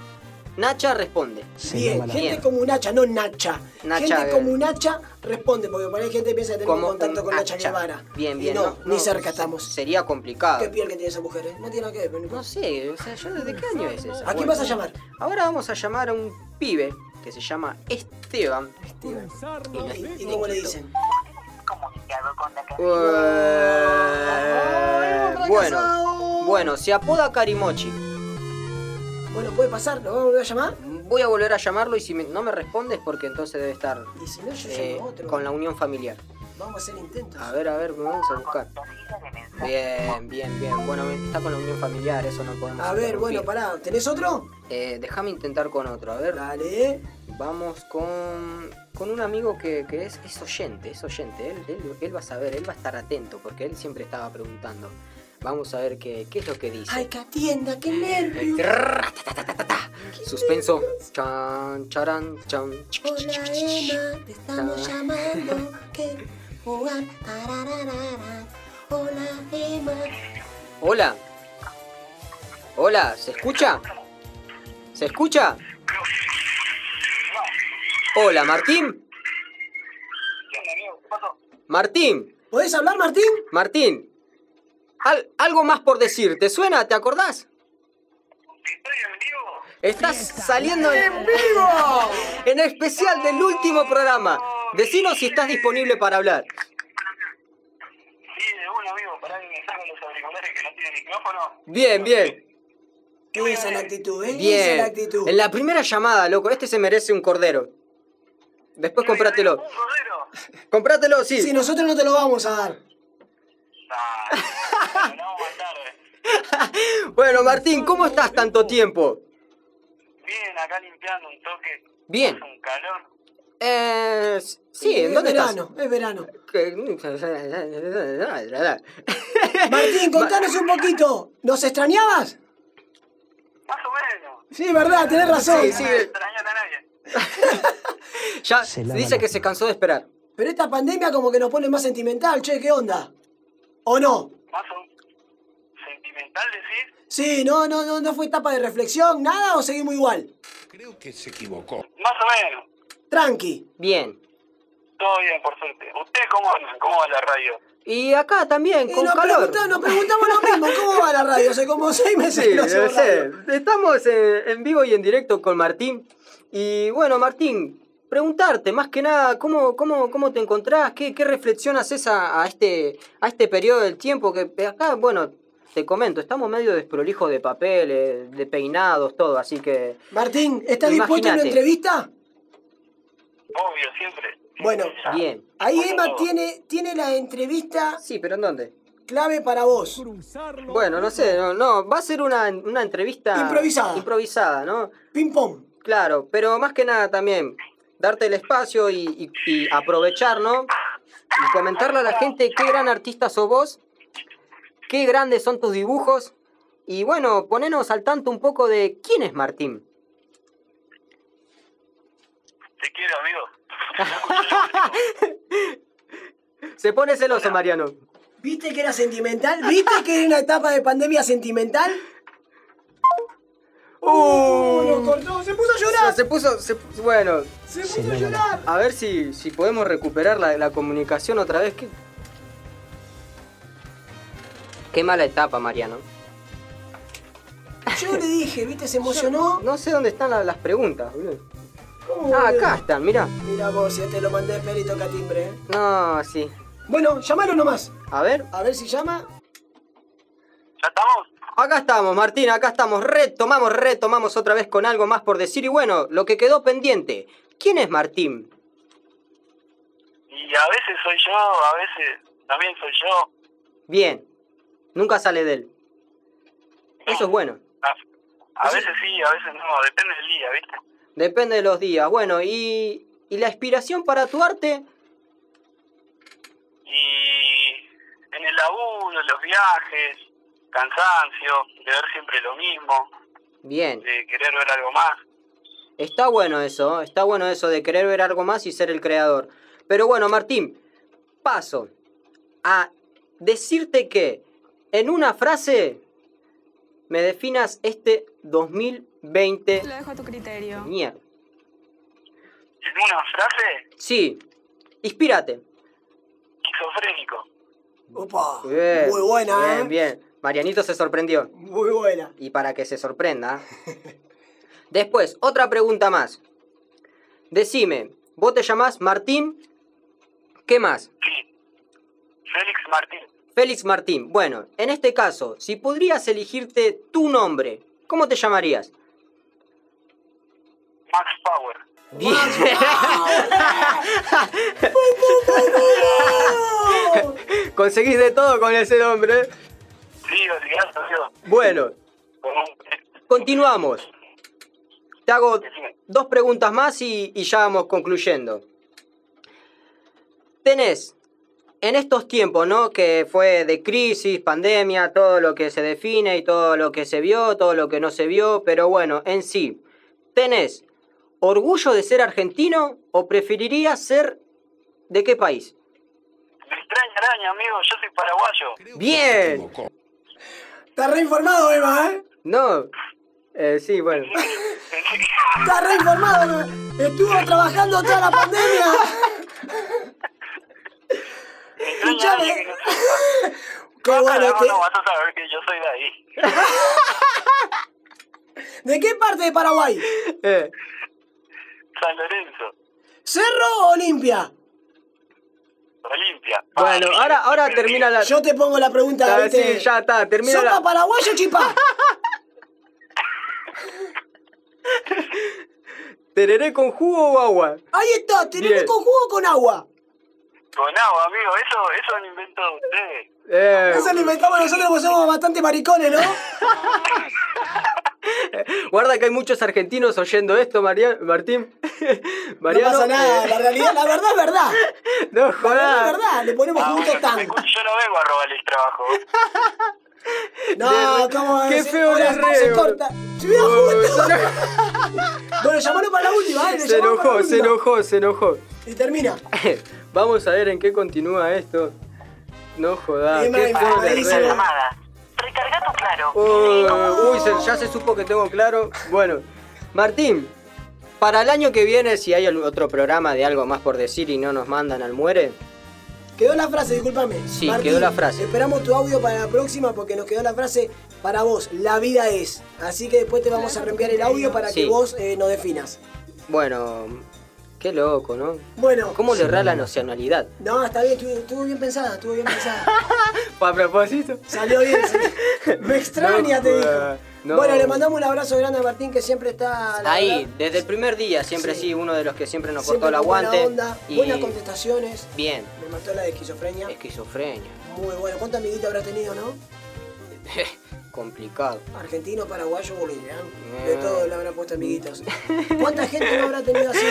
B: Nacha responde.
C: Bien, gente
B: Bien.
C: como un hacha, no Nacha.
B: Nacha,
C: gente
B: bien.
C: como un hacha responde, porque por ahí gente piensa que tenemos
B: como
C: contacto
B: un
C: con Nacha
B: hacha.
C: Guevara.
B: Bien,
C: Y
B: bien.
C: no, ni cerca estamos.
B: Sería complicado.
C: Qué piel que tiene esa mujer, ¿eh? No tiene nada que ver, pero no
B: No
C: importa.
B: sé, o sea, yo desde qué año es eso.
C: ¿A quién vas a llamar?
B: Ahora vamos a llamar a un pibe que se llama Esteban.
C: Steven.
B: Y no es
C: ¿Y, y cómo le dicen?
E: Comunicado con la
B: Eh, bueno, bueno, se apoda Karimochi.
C: Bueno, puede pasar, ¿lo vamos a volver a llamar?
B: Voy a volver a llamarlo y si me- no me respondes porque entonces debe estar
C: Y si no, yo
B: eh,
C: llamo a otro.
B: con la unión familiar.
C: Vamos a hacer intentos.
B: A ver, a ver, vamos a buscar. Bien, bien, bien. Bueno, está con la unión familiar, eso no podemos.
C: A ver, bueno,
B: interrumpir.
C: pará, ¿tenés otro?
B: Eh, déjame intentar con otro, a ver.
C: Dale.
B: Vamos con, con un amigo que, que es, es oyente, es oyente. Él, él- él va a saber, él va a estar atento, porque él siempre estaba preguntando. Vamos a ver qué, qué es lo que dice.
C: Ay, que atienda,
B: Eh,
C: qué nervio.
B: Trrr, ta, ta, ta, ta, ta. Suspenso. Chan, charan, chan.
H: Hola Emma, te estamos llamando que jugar. tarararara. Hola Emma,
B: Hola. Hola, ¿se escucha? ¿Se escucha? Hola, Martín. Martín,
C: ¿Podés hablar, Martín?
B: Martín. Al- algo más por decir, ¿te suena? ¿Te acordás?
E: ¿Estoy en vivo?
B: Estás saliendo en vivo. En especial del último programa. Decinos si estás disponible para hablar.
E: Sí, de un amigo, pará que me sacan los auriculares que no tienen micrófono.
B: Bien, bien.
C: Esa es la actitud, ¿eh? Esa es
B: Bien.
C: la actitud.
B: En la primera llamada, loco, este se merece un cordero. Después
E: ¿Un
B: comprátelo.
E: cordero?
B: Comprátelo, sí.
C: Si nosotros no te lo vamos a dar.
E: Ah, bueno, vamos eh. más tarde.
B: Bueno, Martín, ¿cómo estás tanto tiempo?
E: Bien, acá limpiando un toque.
B: Bien.
E: Hace Un calor.
B: Eh, sí,
C: es
B: ¿en dónde estás?
C: verano, Es verano.
B: Martín,
C: Martín, contanos un poquito. ¿Nos extrañabas?
E: Más o menos.
C: Sí, verdad, tenés razón.
B: Sí, sí.
E: No extraño a nadie.
B: Ya dice que se cansó de esperar.
C: Pero esta pandemia como que nos pone más sentimental, che, ¿qué onda? ¿O no?
E: Más o Sentimental decir.
C: Sí, no, no, no, no fue etapa de reflexión, nada, o seguimos igual.
E: Más o menos.
C: Tranqui.
B: Bien.
E: Todo bien, por suerte. ¿Ustedes cómo andan? ¿Cómo va la radio?
B: Y acá también,
C: Y
B: con
C: nos,
B: calor.
C: pregunta- nos preguntamos lo mismo, ¿cómo va la radio? Hace como seis meses
B: Sí,
C: que no
B: debe
C: hacemos
B: ser.
C: radio.
B: Estamos eh, en vivo y en directo con Martín. Y bueno, Martín, preguntarte más que nada cómo, cómo, cómo te encontrás, qué, qué reflexión haces a, a este, a este periodo del tiempo que eh, acá, bueno, te comento, estamos medio desprolijos de papeles, de peinados, todo, así que...
C: Martín, ¿estás dispuesto a una
B: Imagínate.
C: entrevista?
E: Obvio, siempre.
C: Bueno,
E: Ya.
B: Bien.
C: Ahí
E: Bueno,
C: Emma
E: todo.
C: tiene, tiene la entrevista
B: Sí, pero ¿en dónde?
C: clave para vos.
A: Cruzarlo.
B: Bueno, no sé, no, no, va a ser una, una entrevista...
C: Improvisada.
B: Improvisada, ¿no?
C: Ping pong.
B: Claro, pero más que nada también darte el espacio y, y- y aprovechar, ¿no? Y comentarle a la gente qué gran artista sos vos, qué grandes son tus dibujos y bueno, ponernos al tanto un poco de quién es Martín.
E: Te quiero, amigo.
B: Se pone celoso, Mariano.
C: ¿Viste que era sentimental? ¿Viste que era una etapa de pandemia sentimental? ¡Uh! Lo cortó, se puso a llorar.
B: Se puso, se- bueno,
C: Se puso a llorar.
B: a ver si, si podemos recuperar la, la comunicación otra vez. Qué, qué mala etapa, Mariano.
C: Yo le dije, ¿viste? Se emocionó.
B: No sé dónde están la- las preguntas, boludo.
C: ¿Cómo
B: Ah,
C: boludo?
B: acá están, mirá.
C: Mira vos, ya te lo mandé pelito acá timbre. ¿eh?
B: No, sí.
C: Bueno, llamalo nomás.
B: A ver.
C: A ver si llama.
E: ¿Ya estamos?
B: Acá estamos, Martín, acá estamos. Retomamos, retomamos otra vez con algo más por decir. Y bueno, lo que quedó pendiente. ¿Quién es Martín?
E: Y a veces soy yo, a veces también soy yo.
B: Bien. Nunca sale de él. Eso es bueno.
E: A, a veces sí, a veces no, depende del día, ¿viste?
B: Depende de los días. Bueno, y, y la inspiración para tu arte,
E: Y en el laburo, en los viajes, cansancio, de ver siempre lo mismo,
B: bien.
E: de querer ver algo más.
B: Está bueno eso, ¿eh? está bueno eso de querer ver algo más y ser el creador. Pero bueno, Martín, paso a decirte que en una frase me definas este 2020.
G: Lo dejo a tu criterio.
B: Mierda.
E: En una frase,
B: Sí, inspírate.
E: esquizofrénico.
C: Opa.
B: Bien,
C: Muy buena,
B: Bien,
C: ¿eh?
B: bien. Marianito se sorprendió.
C: Muy buena.
B: Y para que se sorprenda. ¿eh? Después, otra pregunta más. Decime, vos te llamás Martín. ¿Qué más?
E: Sí. Félix Martín.
B: Félix Martín, bueno, en este caso, si podrías elegirte tu nombre, ¿cómo te llamarías?
E: Max Power.
B: Bien. Conseguís de todo con ese nombre.
E: Sí, o sea, socio,
B: Bueno,
E: con un...
B: continuamos. Te hago
E: Decime.
B: dos preguntas más y, y ya vamos concluyendo. Tenés, en estos tiempos, ¿no? Que fue de crisis, pandemia, todo lo que se define y todo lo que se vio, todo lo que no se vio, pero bueno, en sí, ¿tenés orgullo de ser argentino o preferirías ser de qué país?
E: Me extraña araña, amigo, yo soy paraguayo.
B: Bien,
C: Está reinformado, Eva, ¿eh?
B: no, eh, sí, bueno.
E: Pensé que,
C: Está reinformado, Eva. Estuvo trabajando toda la pandemia. ¿eh?
E: me extraña
C: Escuchame.
E: araña que no sepa.
C: Qué bueno,
E: no,
C: que-
E: no, vas a saber que yo soy de ahí.
C: ¿De qué parte de Paraguay?
B: Eh,
E: San Lorenzo,
C: ¿Cerro o Olimpia?
E: Olimpia.
B: bueno,
E: Ay,
B: ahora, ahora
E: perdí.
B: termina la...
C: Yo te pongo la pregunta,
B: Ah,
C: ¿viste?
B: sí, ya está, termina
C: ¿Sopa
B: la...
C: paraguayo chipá?
B: ¿Tereré con jugo o agua?
C: Ahí está, tenés
B: Bien.
C: con jugo o con agua.
E: Con agua, amigo, eso, eso lo inventó de ustedes.
B: Eh,
C: Eso lo inventamos nosotros porque somos bastante maricones, ¿no?
B: Guarda que hay muchos argentinos oyendo esto, María, Martín. Mariano,
C: no pasa nada,
B: eh,
C: la realidad, la verdad es verdad.
B: no
C: La verdad
B: jodas.
C: es verdad, le ponemos
E: Ah,
C: juntos
E: bueno, me
C: tanto.
E: escucho, yo no vengo a robarle el trabajo.
C: No, ¿cómo
B: Qué
C: es?
B: feo
C: Ahora
B: le re,
C: Se
B: boludo.
C: corta. ¡Subieron juntos! Bueno, llamalo para la última, ¿eh?
B: Se
C: llamalo para la
B: enojó, se
C: última.
B: enojó, se enojó.
C: Y termina.
B: Vamos a ver en qué continúa esto. No jodas.
C: Eh,
B: qué
C: ma-
B: feo de
C: malísima
B: re.
E: Llamada. Recarga tu claro.
B: Oh, uy, se- ya se supo que tengo claro. Bueno, Martín, para el año que viene, si hay algún otro programa de algo más por decir y no nos mandan al muere,
C: Quedó la frase, discúlpame.
B: Sí, quedó la frase.
C: Esperamos tu audio para la próxima porque nos quedó la frase para vos, la vida es. Así que después te vamos a reenviar el audio para
B: Sí.
C: que vos eh, nos definas.
B: bueno, qué loco, ¿no?
C: Bueno.
B: ¿Cómo le errar la nacionalidad?
C: No, está bien, estuvo, estuvo bien pensada, estuvo bien pensada.
B: A propósito.
C: Salió bien. sí. Me extraña,
B: No,
C: te dijo.
B: no.
C: Bueno, le mandamos un abrazo grande a Martín que siempre está. la
B: Ahí,
C: verdad,
B: desde el primer día, siempre
C: Sí.
B: sí, uno de los que siempre nos
C: siempre
B: cortó el
C: con buena
B: aguante.
C: onda,
B: y Eh.
C: Buenas contestaciones.
B: bien,
C: Me mató la de esquizofrenia.
B: esquizofrenia,
C: Muy bueno. ¿Cuánta amiguita habrás tenido, no?
B: complicado.
C: Argentino, paraguayo, boliviano.
B: Mm.
C: De todo le habrán puesto amiguitas. ¿Cuánta gente no habrá tenido así?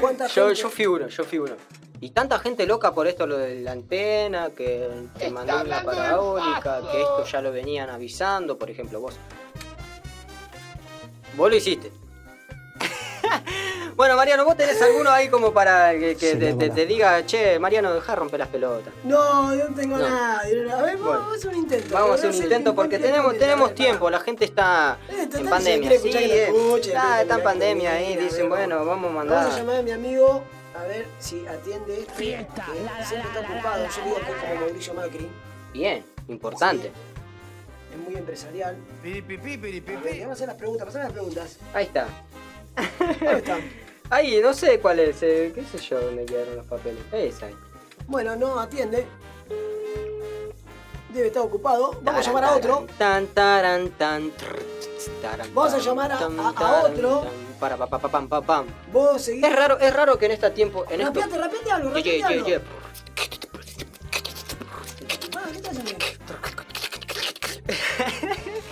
C: ¿Cuánta
B: Yo,
C: gente?
B: yo figuro, yo figuro. Y tanta gente loca por esto, lo de la antena, que te mandó una parabólica, que esto ya lo venían avisando, por ejemplo, vos. Vos lo hiciste. bueno, Mariano, vos tenés alguno ahí como para que, que te, te- te diga, che, Mariano, dejá de romper las pelotas.
C: No, yo no tengo
B: No.
C: nada. A ver, vamos, a hacer un intento.
B: Vamos a
C: Voy
B: hacer un
C: hacer
B: intento porque
C: cualquier
B: tenemos,
C: intento,
B: tenemos
C: a ver,
B: tiempo, la gente está
C: Eh, total,
B: en
C: si
B: pandemia.
C: quiere escuchar
B: Sí,
C: que la
B: eh.
C: escuche,
B: Ah,
C: que
B: está en
C: la
B: pandemia
C: escuche,
B: ahí,
C: a
B: dicen,
C: ver,
B: bueno, vamos a
C: Vamos a
B: mandar.
C: llamar a mi amigo a ver si atiende este. que siempre está ocupado. Yo digo que es como Mauricio Macri.
B: Bien, importante.
C: Es muy empresarial. A ver, vamos a hacer las preguntas, pasame las preguntas.
B: Ahí está.
C: Ahí está.
B: Ay, no sé cuál es, eh, qué sé yo dónde quedaron los papeles. Ahí está.
C: Bueno, no atiende. Debe estar ocupado. Vamos a llamar a otro.
B: Tan, taran, tan, trrr, tss, taran,
C: Vamos a
B: tan,
C: llamar a-
B: tan,
C: a- a
B: taran,
C: otro.
B: tan, para, pa, pa, pa, pam, pa, pam.
C: Vos seguís.
B: Es raro, es raro que en este tiempo. En esto-
C: Rapeate, rapeate algo,
B: Ye, ye,
C: rapeate algo.
B: ye, ye.
C: Ah, ¿qué estás haciendo?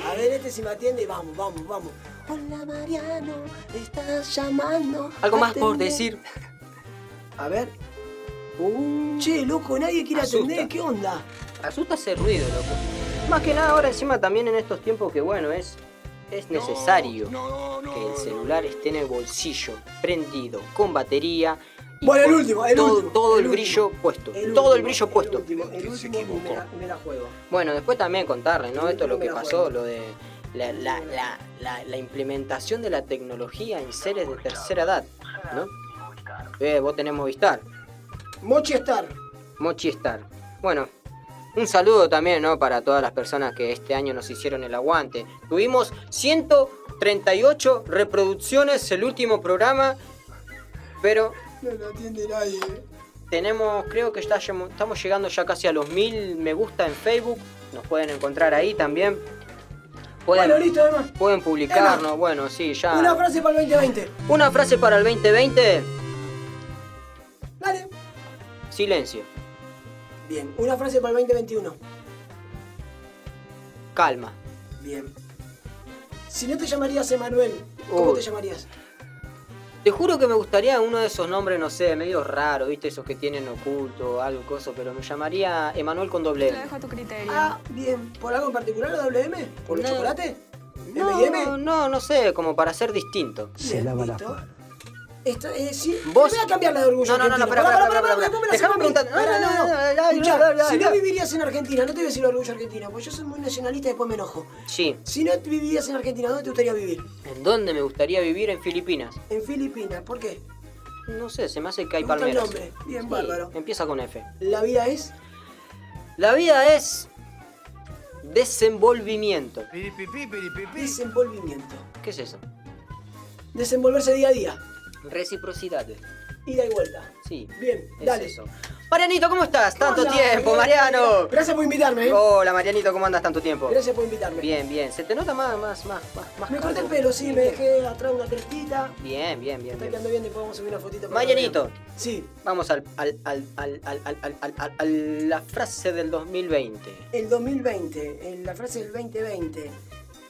C: A ver, este si me atiende, vamos, vamos, vamos.
H: Hola Mariano, estás llamando.
B: Algo más por
H: Atende.
B: decir.
C: A ver. Che, loco, nadie quiere
B: Asusta.
C: atender, ¿qué onda?
B: Asusta ese ruido, loco. Más que nada ahora encima también en estos tiempos que bueno, es, es necesario que el celular esté en el bolsillo, prendido, con batería. y
C: Bueno, el
B: con
C: último, el
B: todo,
C: último,
B: todo el,
C: el
B: brillo
C: último.
B: puesto.
C: El
B: todo el
C: último,
B: brillo puesto.
C: último, el último me la, me la juego.
B: Bueno, después también contarles, ¿no?
C: Sí,
B: Esto es lo que
C: primera
B: pasó,
C: forma.
B: lo de la, la- la- la- la implementación de la tecnología en seres de tercera edad, ¿no? Eh, vos tenés Movistar,
C: Mochi Star.
B: Mochi Star. Bueno, un saludo también, ¿no? Para todas las personas que este año nos hicieron el aguante. Tuvimos 138 reproducciones el último programa, pero
C: No lo atiende nadie.
B: tenemos, creo que ya llemo- estamos llegando ya casi a los mil me gusta en Facebook. Nos pueden encontrar ahí también. Pueden,
C: Bueno, listo, además.
B: pueden publicarnos, bueno, sí, ya.
C: Una frase para el 2020.
B: Una frase para el 2020,
C: Dale.
B: silencio,
C: Bien, una frase para el 2021.
B: calma.
C: Bien. Si no te llamarías Emanuel, ¿cómo
B: Uy.
C: te llamarías?
B: Te juro que me gustaría uno de esos nombres, no sé, medio raro, viste, esos que tienen oculto, algo, coso, pero me llamaría Emanuel con doble
G: Lo
B: M.
G: dejo a tu criterio.
C: Ah, bien. ¿Por algo en particular o WM? ¿Por el
B: No.
C: chocolate?
B: No, no, no sé, como para ser distinto.
C: Se lava la Esto es eh, sí,
B: Vos-
C: te voy a cambiar la de
B: No,
C: orgullo.
B: no, no,
C: argentino.
B: no, pará, pará,
C: Pará, pará,
B: pará,
C: pará,
B: pará.
C: ¿cómo la
B: Dejame
C: hacemos?
B: preguntar. No,
C: Pará,
B: no, no, no, no,
C: Escuchá,
B: no, no, no,
C: Si no
B: no.
C: vivirías en Argentina, no te voy a decir el orgullo argentino, porque yo soy muy nacionalista y después me enojo.
B: Sí.
C: Si no vivirías en Argentina, ¿dónde te gustaría vivir?
B: ¿En dónde me gustaría vivir? En Filipinas.
C: En Filipinas, ¿por qué?
B: No sé, se me hace que hay
C: Me gusta el
B: palmeras.
C: nombre. Bien, bárbaro.
B: Empieza con F.
C: La vida es.
B: La vida es desenvolvimiento.
C: Desenvolvimiento.
B: ¿Qué es eso?
C: Desenvolverse día a día.
B: Reciprocidad.
C: Ida y vuelta.
B: Sí.
C: Bien,
B: es
C: dale.
B: eso. Marianito, ¿cómo estás? Tanto
C: Hola,
B: tiempo, Mariano.
C: Gracias por invitarme, ¿eh?
B: Hola, Marianito, ¿cómo andas tanto tiempo?
C: Gracias por invitarme.
B: Bien, bien. Se te nota más, más, más, más. más
C: Me corté el
B: calvo.
C: pelo, sí, me dejé atrás una crestita.
B: Bien, bien, bien.
C: Está
B: bien.
C: quedando bien, después vamos a subir una fotito. para que
B: Marianito,
C: lo vean. Sí,
B: vamos al, al, al, al, al, al, al- al- al- a la frase del 2020.
C: el 2020, en la frase del 2020.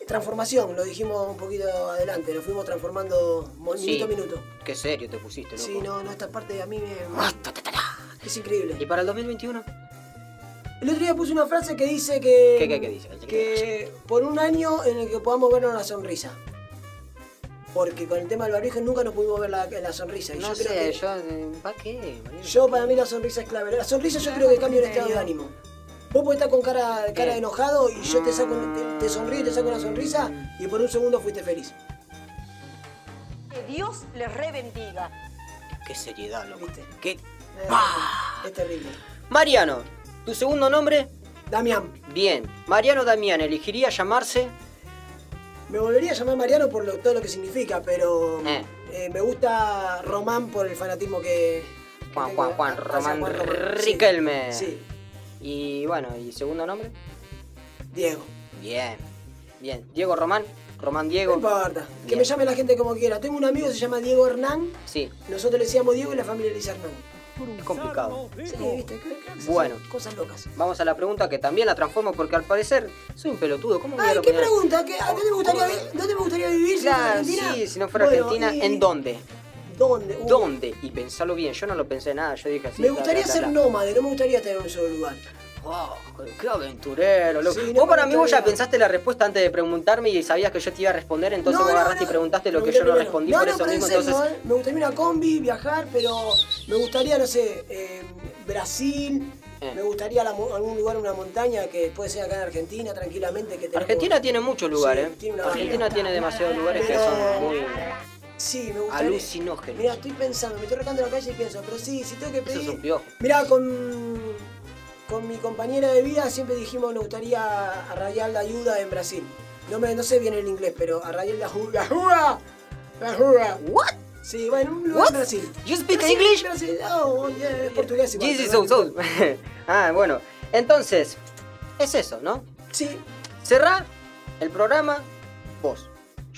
C: Transformación, lo dijimos un poquito adelante, lo fuimos transformando mo-
B: Sí.
C: minuto a minuto.
B: Qué serio te pusiste, loco.
C: Sí, no, no, esta parte a mí me. Es increíble.
B: ¿Y para el 2021?
C: El otro día puse una frase que dice que.
B: ¿Qué- qué- qué dice?
C: Que por un año en el que podamos vernos la sonrisa. Porque con el tema del barbijo nunca nos pudimos ver la, la sonrisa. Y
B: No
C: yo
B: sé,
C: creo que-
B: yo... eh, ¿Para qué? Mariano?
C: Yo para mí la sonrisa es clave. La sonrisa yo creo que cambia el estado de ánimo. Vos podés estar con cara, cara de enojado y yo te saco te, te sonrío y te saco una sonrisa y por un segundo fuiste feliz.
I: Que Dios les rebendiga.
B: Qué seriedad, loco.
C: ¿Viste?
B: ¿Qué?
C: Eh, Es terrible.
B: Mariano, ¿tu segundo nombre?
C: Damián,
B: Bien. Mariano Damián, ¿elegiría llamarse?
C: me volvería a llamar Mariano por lo- todo lo que significa, pero
B: Eh.
C: eh, me gusta Román por el fanatismo que. que
B: Juan,
C: tengo
B: Juan, Juan,
C: hacia
B: Román
C: Román. Sí,
B: Riquelme.
C: Sí,
B: Y bueno, ¿y segundo nombre?
C: Diego.
B: Bien. Bien. Diego Román. Román
C: No
B: Diego.
C: importa. Que
B: Bien.
C: me llame la gente como quiera. Tengo un amigo que se llama Diego Hernán.
B: Sí,
C: Nosotros le decíamos Diego y la familia le dice Hernán.
B: es complicado.
C: Sí, viste, creo que son
B: Bueno.
C: Cosas locas.
B: Vamos a la pregunta que también la transformo porque al parecer soy un pelotudo. ¿Cómo me voy a
C: Ay,
B: lo
C: qué
B: poner?
C: pregunta, ¿qué- ¿a dónde me gustaría, vi- dónde me gustaría vivir si no fuera
B: Claro,
C: Argentina?
B: sí, si no fuera
C: Bueno,
B: Argentina,
C: y-
B: ¿en dónde?
C: ¿Dónde? Uh,
B: ¿Dónde? Y pensarlo bien, yo no lo pensé nada, yo dije así.
C: Me
B: bla,
C: gustaría
B: bla, bla,
C: ser
B: bla.
C: nómade, no me gustaría estar en un solo lugar.
B: Oh, qué aventurero, loco.
C: Sí, no
B: vos
C: me
B: para mí vos ya
C: gustaría.
B: pensaste la respuesta antes de preguntarme y sabías que yo te iba a responder, entonces
C: No,
B: vos
C: no,
B: agarraste y
C: no,
B: preguntaste lo
C: me
B: que yo
C: gustaría
B: no
C: primero.
B: respondí
C: No,
B: por
C: no,
B: eso
C: pero en
B: mismo,
C: serio,
B: entonces.
C: ¿eh? Me gustaría una combi, viajar, pero me gustaría, no sé, eh, Brasil,
B: Eh.
C: me gustaría la mo- algún lugar, una montaña que puede ser acá en Argentina, tranquilamente. Que tenemos-
B: Argentina tiene muchos
C: Sí,
B: lugares.
C: tiene una
B: Argentina
C: variedad.
B: tiene demasiados lugares que
C: Pero-
B: son muy
C: Sí, me gustaría.
B: alucinógenos.
C: Mira, estoy pensando, me estoy recando en la calle y pienso, pero sí, si tengo que
B: Eso es un
C: pedir.
B: piojo.
C: Mira, con, con mi compañera de vida siempre dijimos nos gustaría a Rayal la ayuda en Brasil. No, me, no sé bien el inglés, pero a Rayal la ayuda.
B: What?
C: Sí, bueno, un lugar
B: What?
C: en Brasil.
B: You speak
C: Brasil,
B: English?
C: Brasil, oh, yeah, portugués igual,
B: Jesus
C: pero
B: so
C: bueno.
B: so. ah, bueno. Entonces, es eso, ¿no?
C: Sí,
B: Cerrá el programa vos.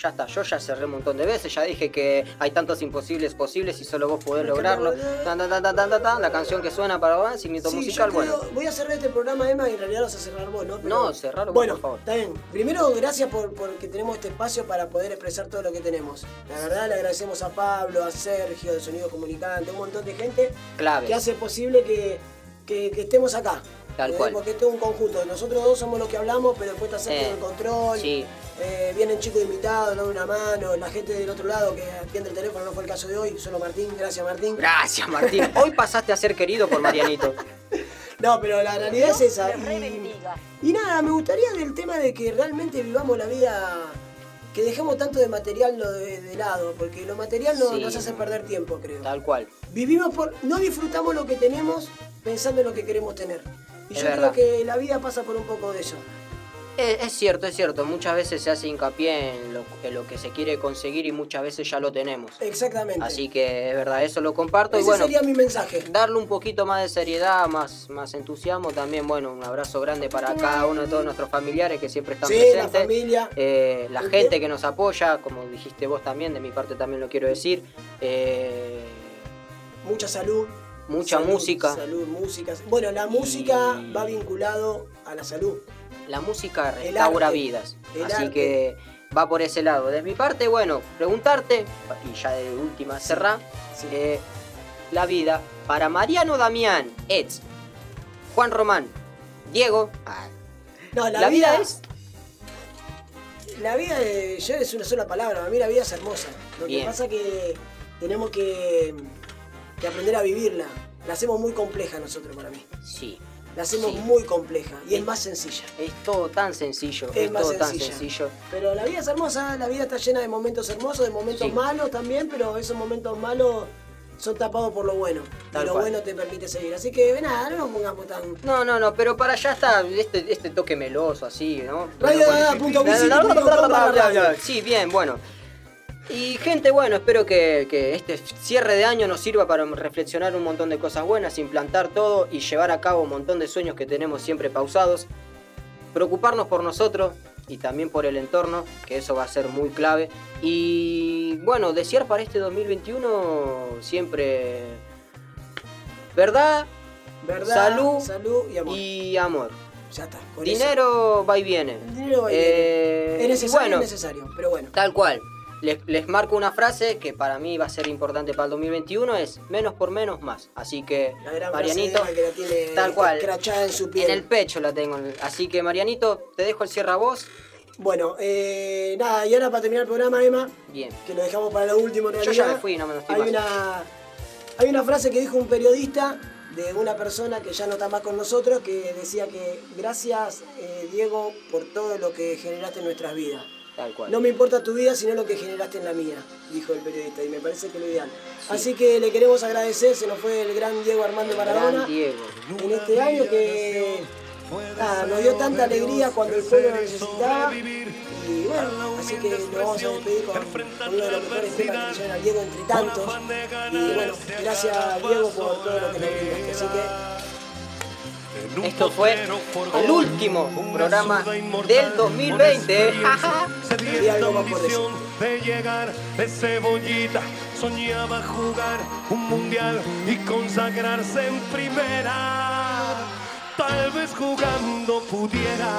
B: Ya está, yo ya cerré un montón de veces, ya dije que hay tantos imposibles posibles y solo vos podés lograrlo. Tan, tan, tan, tan, tan, tan, tan, la canción que suena para vos, significado
C: sí,
B: musical,
C: yo creo-
B: bueno.
C: Voy a cerrar este programa, Emma, y en realidad lo vas a cerrar vos, ¿no?
B: No, cerralo vos,
C: Bueno,
B: por favor.
C: está bien. Primero, gracias por, porque tenemos este espacio para poder expresar todo lo que tenemos. La verdad, le agradecemos a Pablo, a Sergio, de Sonido Comunicante, un montón de gente que
B: Claves.
C: hace posible que, que- que estemos acá.
B: Tal
C: ¿Eh?
B: cual.
C: Porque esto es un conjunto. Nosotros dos somos los que hablamos, pero después está Sergio
B: Eh,
C: en el control.
B: Sí,
C: Eh, vienen chicos invitados, dan una mano, la gente del otro lado que atiende el teléfono, no fue el caso de hoy, solo Martín, gracias Martín.
B: gracias Martín. Hoy pasaste a ser querido por Marianito.
C: No, pero la realidad
I: Dios
C: es esa.
I: les re
C: Y,
I: bendiga.
C: y nada, me gustaría del tema de que realmente vivamos la vida, que dejemos tanto de material lo de, de lado, porque lo material no-
B: Sí.
C: nos hace perder tiempo, creo.
B: Tal cual.
C: Vivimos por, no disfrutamos lo que tenemos pensando en lo que queremos tener. Y
B: Es
C: yo
B: verdad.
C: creo que la vida pasa por un poco de eso.
B: Es, es cierto, es cierto. Muchas veces se hace hincapié en lo, en lo que se quiere conseguir y muchas veces ya lo tenemos.
C: Exactamente.
B: Así que es verdad, eso lo comparto
C: Ese
B: y bueno.
C: sería mi mensaje.
B: darle un poquito más de seriedad, más, más entusiasmo. También, bueno, un abrazo grande para cada uno de todos nuestros familiares que siempre están
C: Sí, la
B: presentes.
C: familia.
B: Eh, la
C: El
B: gente
C: tema-
B: que nos apoya, como dijiste vos también, de mi parte también lo quiero decir. Eh,
C: Mucha salud.
B: mucha
C: Salud,
B: música.
C: Salud, música. Bueno, la música
B: Y-
C: va vinculado a la salud.
B: La música
C: El
B: restaura
C: arte.
B: vidas.
C: El
B: así
C: arte.
B: que va por ese lado. De mi parte, bueno, preguntarte, y ya de última cerrá,
C: Sí.
B: eh, la vida para Mariano Damián, Eds, Juan Román, Diego. ah,
C: No,
B: la vida es
C: La vida de yo es una sola palabra, para mí la vida es hermosa. Lo
B: Bien.
C: que pasa que tenemos que, que aprender a vivirla. La hacemos muy compleja nosotros para mí.
B: Sí,
C: La hacemos
B: Sí.
C: muy compleja y
B: Sí.
C: es más sencilla.
B: es todo tan sencillo, es,
C: Es más
B: todo tan
C: sencilla.
B: sencillo.
C: Pero la vida es hermosa, la vida está llena de momentos hermosos, de momentos
B: Sí.
C: malos también, pero esos momentos malos son tapados por lo bueno.
B: Tal
C: y lo
B: cual.
C: bueno te permite seguir. Así que nada, no nos pongamos tan...
B: No, no, no, pero para allá está este, este toque meloso así, ¿no?
C: Radio Dada punto wisin punto com barra radio.
B: Sí, bien, bueno. Y gente, bueno, espero que, que este cierre de año nos sirva para reflexionar un montón de cosas buenas, implantar todo y llevar a cabo un montón de sueños que tenemos siempre pausados. Preocuparnos por nosotros y también por el entorno, que eso va a ser muy clave. Y bueno, desear para este 2021 siempre verdad
C: ¿Verdad?
B: Salud.
C: Salud y amor.
B: y amor.
C: Ya está. con eso.
B: Dinero va y viene.
C: Dinero va y
B: Eh,
C: viene. Es necesario,
B: bueno,
C: es necesario, pero bueno.
B: tal cual. Les, les marco una frase que para mí va a ser importante para el 2021, es menos por menos más. Así que,
C: La gran frase
B: Marianito,
C: de Emma que la tiene
B: tal cual,
C: crachada en su piel.
B: en el pecho la tengo. Así que, Marianito, te dejo el cierre a vos.
C: Bueno, eh, nada, y ahora para terminar el programa, Emma,
B: Bien.
C: que lo dejamos para lo último. en
B: Yo
C: realidad,
B: ya me fui, no me lo estoy
C: hay
B: más.
C: una, hay una frase que dijo un periodista de una persona que ya no está más con nosotros, que decía que gracias, eh, Diego, por todo lo que generaste en nuestras vidas.
B: Tal cual.
C: No me importa tu vida, sino lo que generaste en la mía, dijo el periodista, y me parece que lo ideal.
B: Sí.
C: Así que le queremos agradecer, se nos fue el gran Diego Armando Maradona.
B: Gran Diego.
C: en este año que nada, nos dio tanta alegría cuando el pueblo lo necesitaba. Y bueno, así que nos vamos a despedir con, con uno de los mejores temas que le a Diego entre tantos. Y bueno, gracias Diego por todo lo que nos brindaste. Así que
B: Esto fue el último programa del 2020.
C: y algo más por decir.
D: de llegar de cebollita. Soñaba jugar un mundial y consagrarse en primera. Tal vez jugando pudiera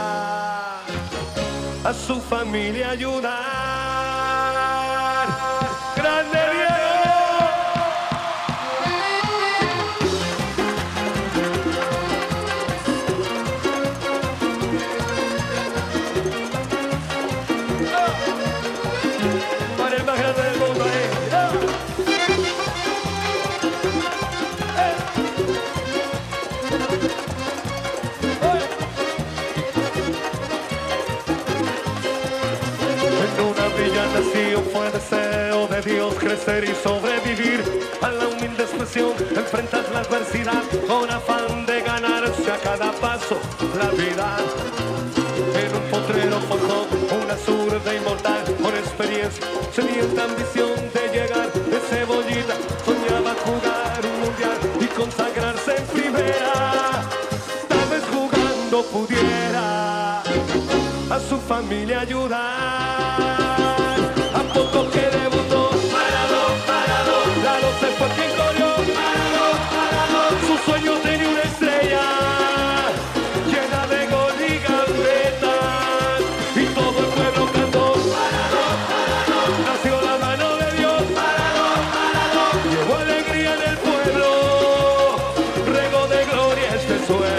D: a su familia ayudar. ¡Grande Diego! para el más grande del mundo. ¿eh? ¡Ah! eh. En una villa nació, fue deseo de Dios crecer y sobrevivir a la humilde expresión, enfrentar la adversidad con afán de ganarse a cada paso la vida. En un potrero forjó una zurda inmortal con espíritu experiencia, sedienta ambición de llegar de cebollita, soñaba jugar un mundial y consagrarse en primera, tal vez jugando pudiera a su familia ayudar. A poco que debutó, parado, parado, la noche fue quien corrió, parado, parado, su sueño tenía una estrella llena de gol y gambetas, y todo el pueblo cantó, parado, parado, nació la mano de Dios, parado, parado, llevó alegría en el pueblo, rego de gloria este sueño.